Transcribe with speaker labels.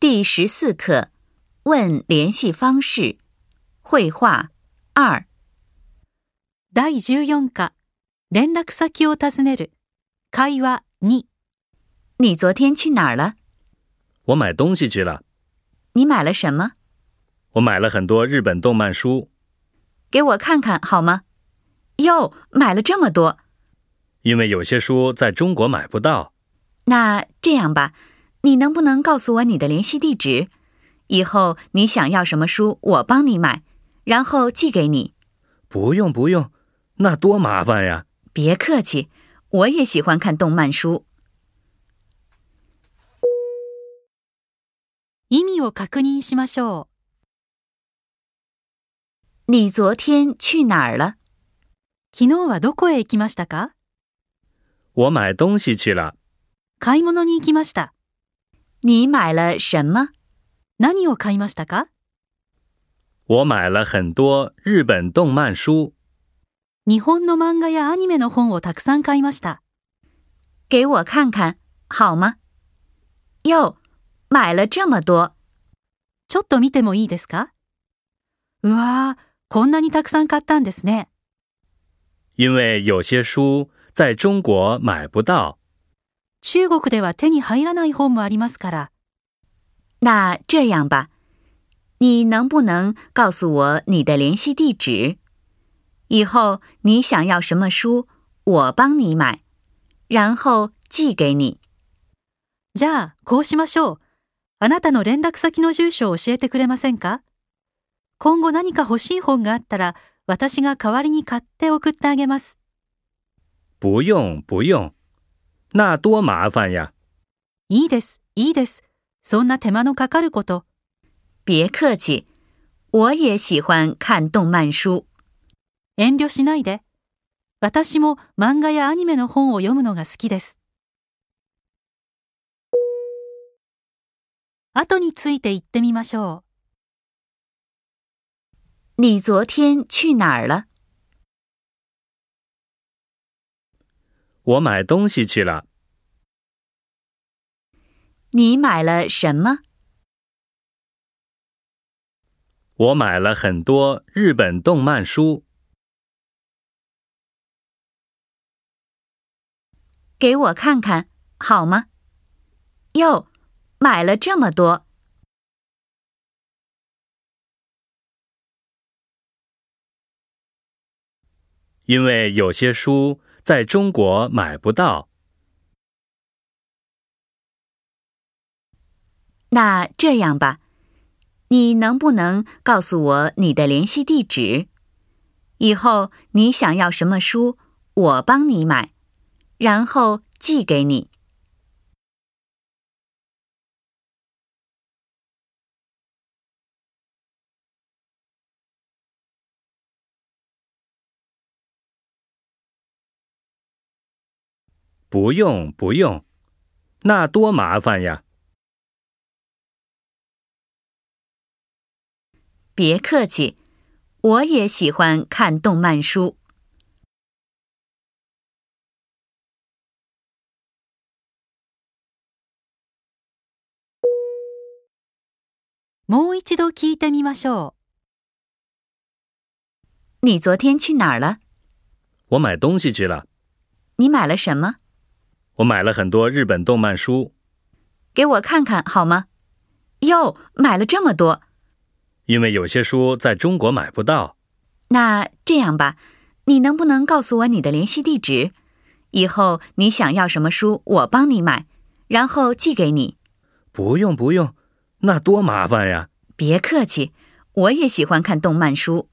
Speaker 1: 第十四课，问联系方式，绘画二。
Speaker 2: 第14課、連絡先を尋ねる。会話2、
Speaker 1: 你昨天去哪儿了？
Speaker 3: 我买东西去了，
Speaker 1: 你买了什么？
Speaker 3: 我买了很多日本动漫书，
Speaker 1: 给我看看好吗？哟，买了这么多。
Speaker 3: 因为有些书在中国买不到。
Speaker 1: 那这样吧，你能不能告诉我你的联系地址？以后你想要什么书，我帮你买，然后寄给你。
Speaker 3: 不用不用，那多麻烦呀！
Speaker 1: 别客气，我也喜欢看动漫书。
Speaker 2: 意味を確認しましょ
Speaker 1: 你昨天去哪儿了？
Speaker 2: う。昨日はどこへ行きましたか
Speaker 3: 我买东西去了，
Speaker 2: 買い物に行きました。
Speaker 1: 你买了什么？
Speaker 2: 何を買いましたか
Speaker 3: 我买了很多日本动漫书，
Speaker 2: 日本の漫画やアニメの本をたくさん買いました。
Speaker 1: 给我看看好吗？哟，买了这么多。
Speaker 2: ちょっと見てもいいですかうわぁ、こんなにたくさん買ったんですね。
Speaker 3: 因为有些书在中国买不到。
Speaker 2: 中国では手に入らない本もありますから、
Speaker 1: 那这样吧，你能不能告诉我你的联系地址？以后你想要什么书，我帮你买，然后寄给你。
Speaker 2: じゃあ、こうしましょう。あなたの連絡先の住所を教えてくれませんか今後何か欲しい本があったら、私が代わりに買って送ってあげます。
Speaker 3: 不用不用，那多麻烦呀！
Speaker 2: いいです、いいです。そんな手間のかかること。
Speaker 1: 别客气，我也喜欢看动漫书。
Speaker 2: 遠慮しないで。私も漫画やアニメの本を読むのが好きです。後について言ってみましょ
Speaker 1: 你昨天去哪儿了？
Speaker 3: 我买东西去了，
Speaker 1: 你买了什么？
Speaker 3: 我买了很多日本动漫书，
Speaker 1: 给我看看好吗？哟，买了这么多。
Speaker 3: 因为有些书在中国买不到。
Speaker 1: 那这样吧，你能不能告诉我你的联系地址？以后你想要什么书，我帮你买，然后寄给你。
Speaker 3: 不用不用，那多麻烦呀！
Speaker 1: 别客气，我也喜欢看动漫书。
Speaker 2: う。もう一度聞いてみましょう。
Speaker 1: 你昨天去哪儿了？
Speaker 3: 我买东西去了，
Speaker 1: 你买了什么？
Speaker 3: 我买了很多日本动漫书，
Speaker 1: 给我看看好吗？哟，买了这么多。
Speaker 3: 因为有些书在中国买不到。
Speaker 1: 那这样吧，你能不能告诉我你的联系地址？以后你想要什么书，我帮你买，然后寄给你。
Speaker 3: 不用不用，那多麻烦呀！
Speaker 1: 别客气，我也喜欢看动漫书。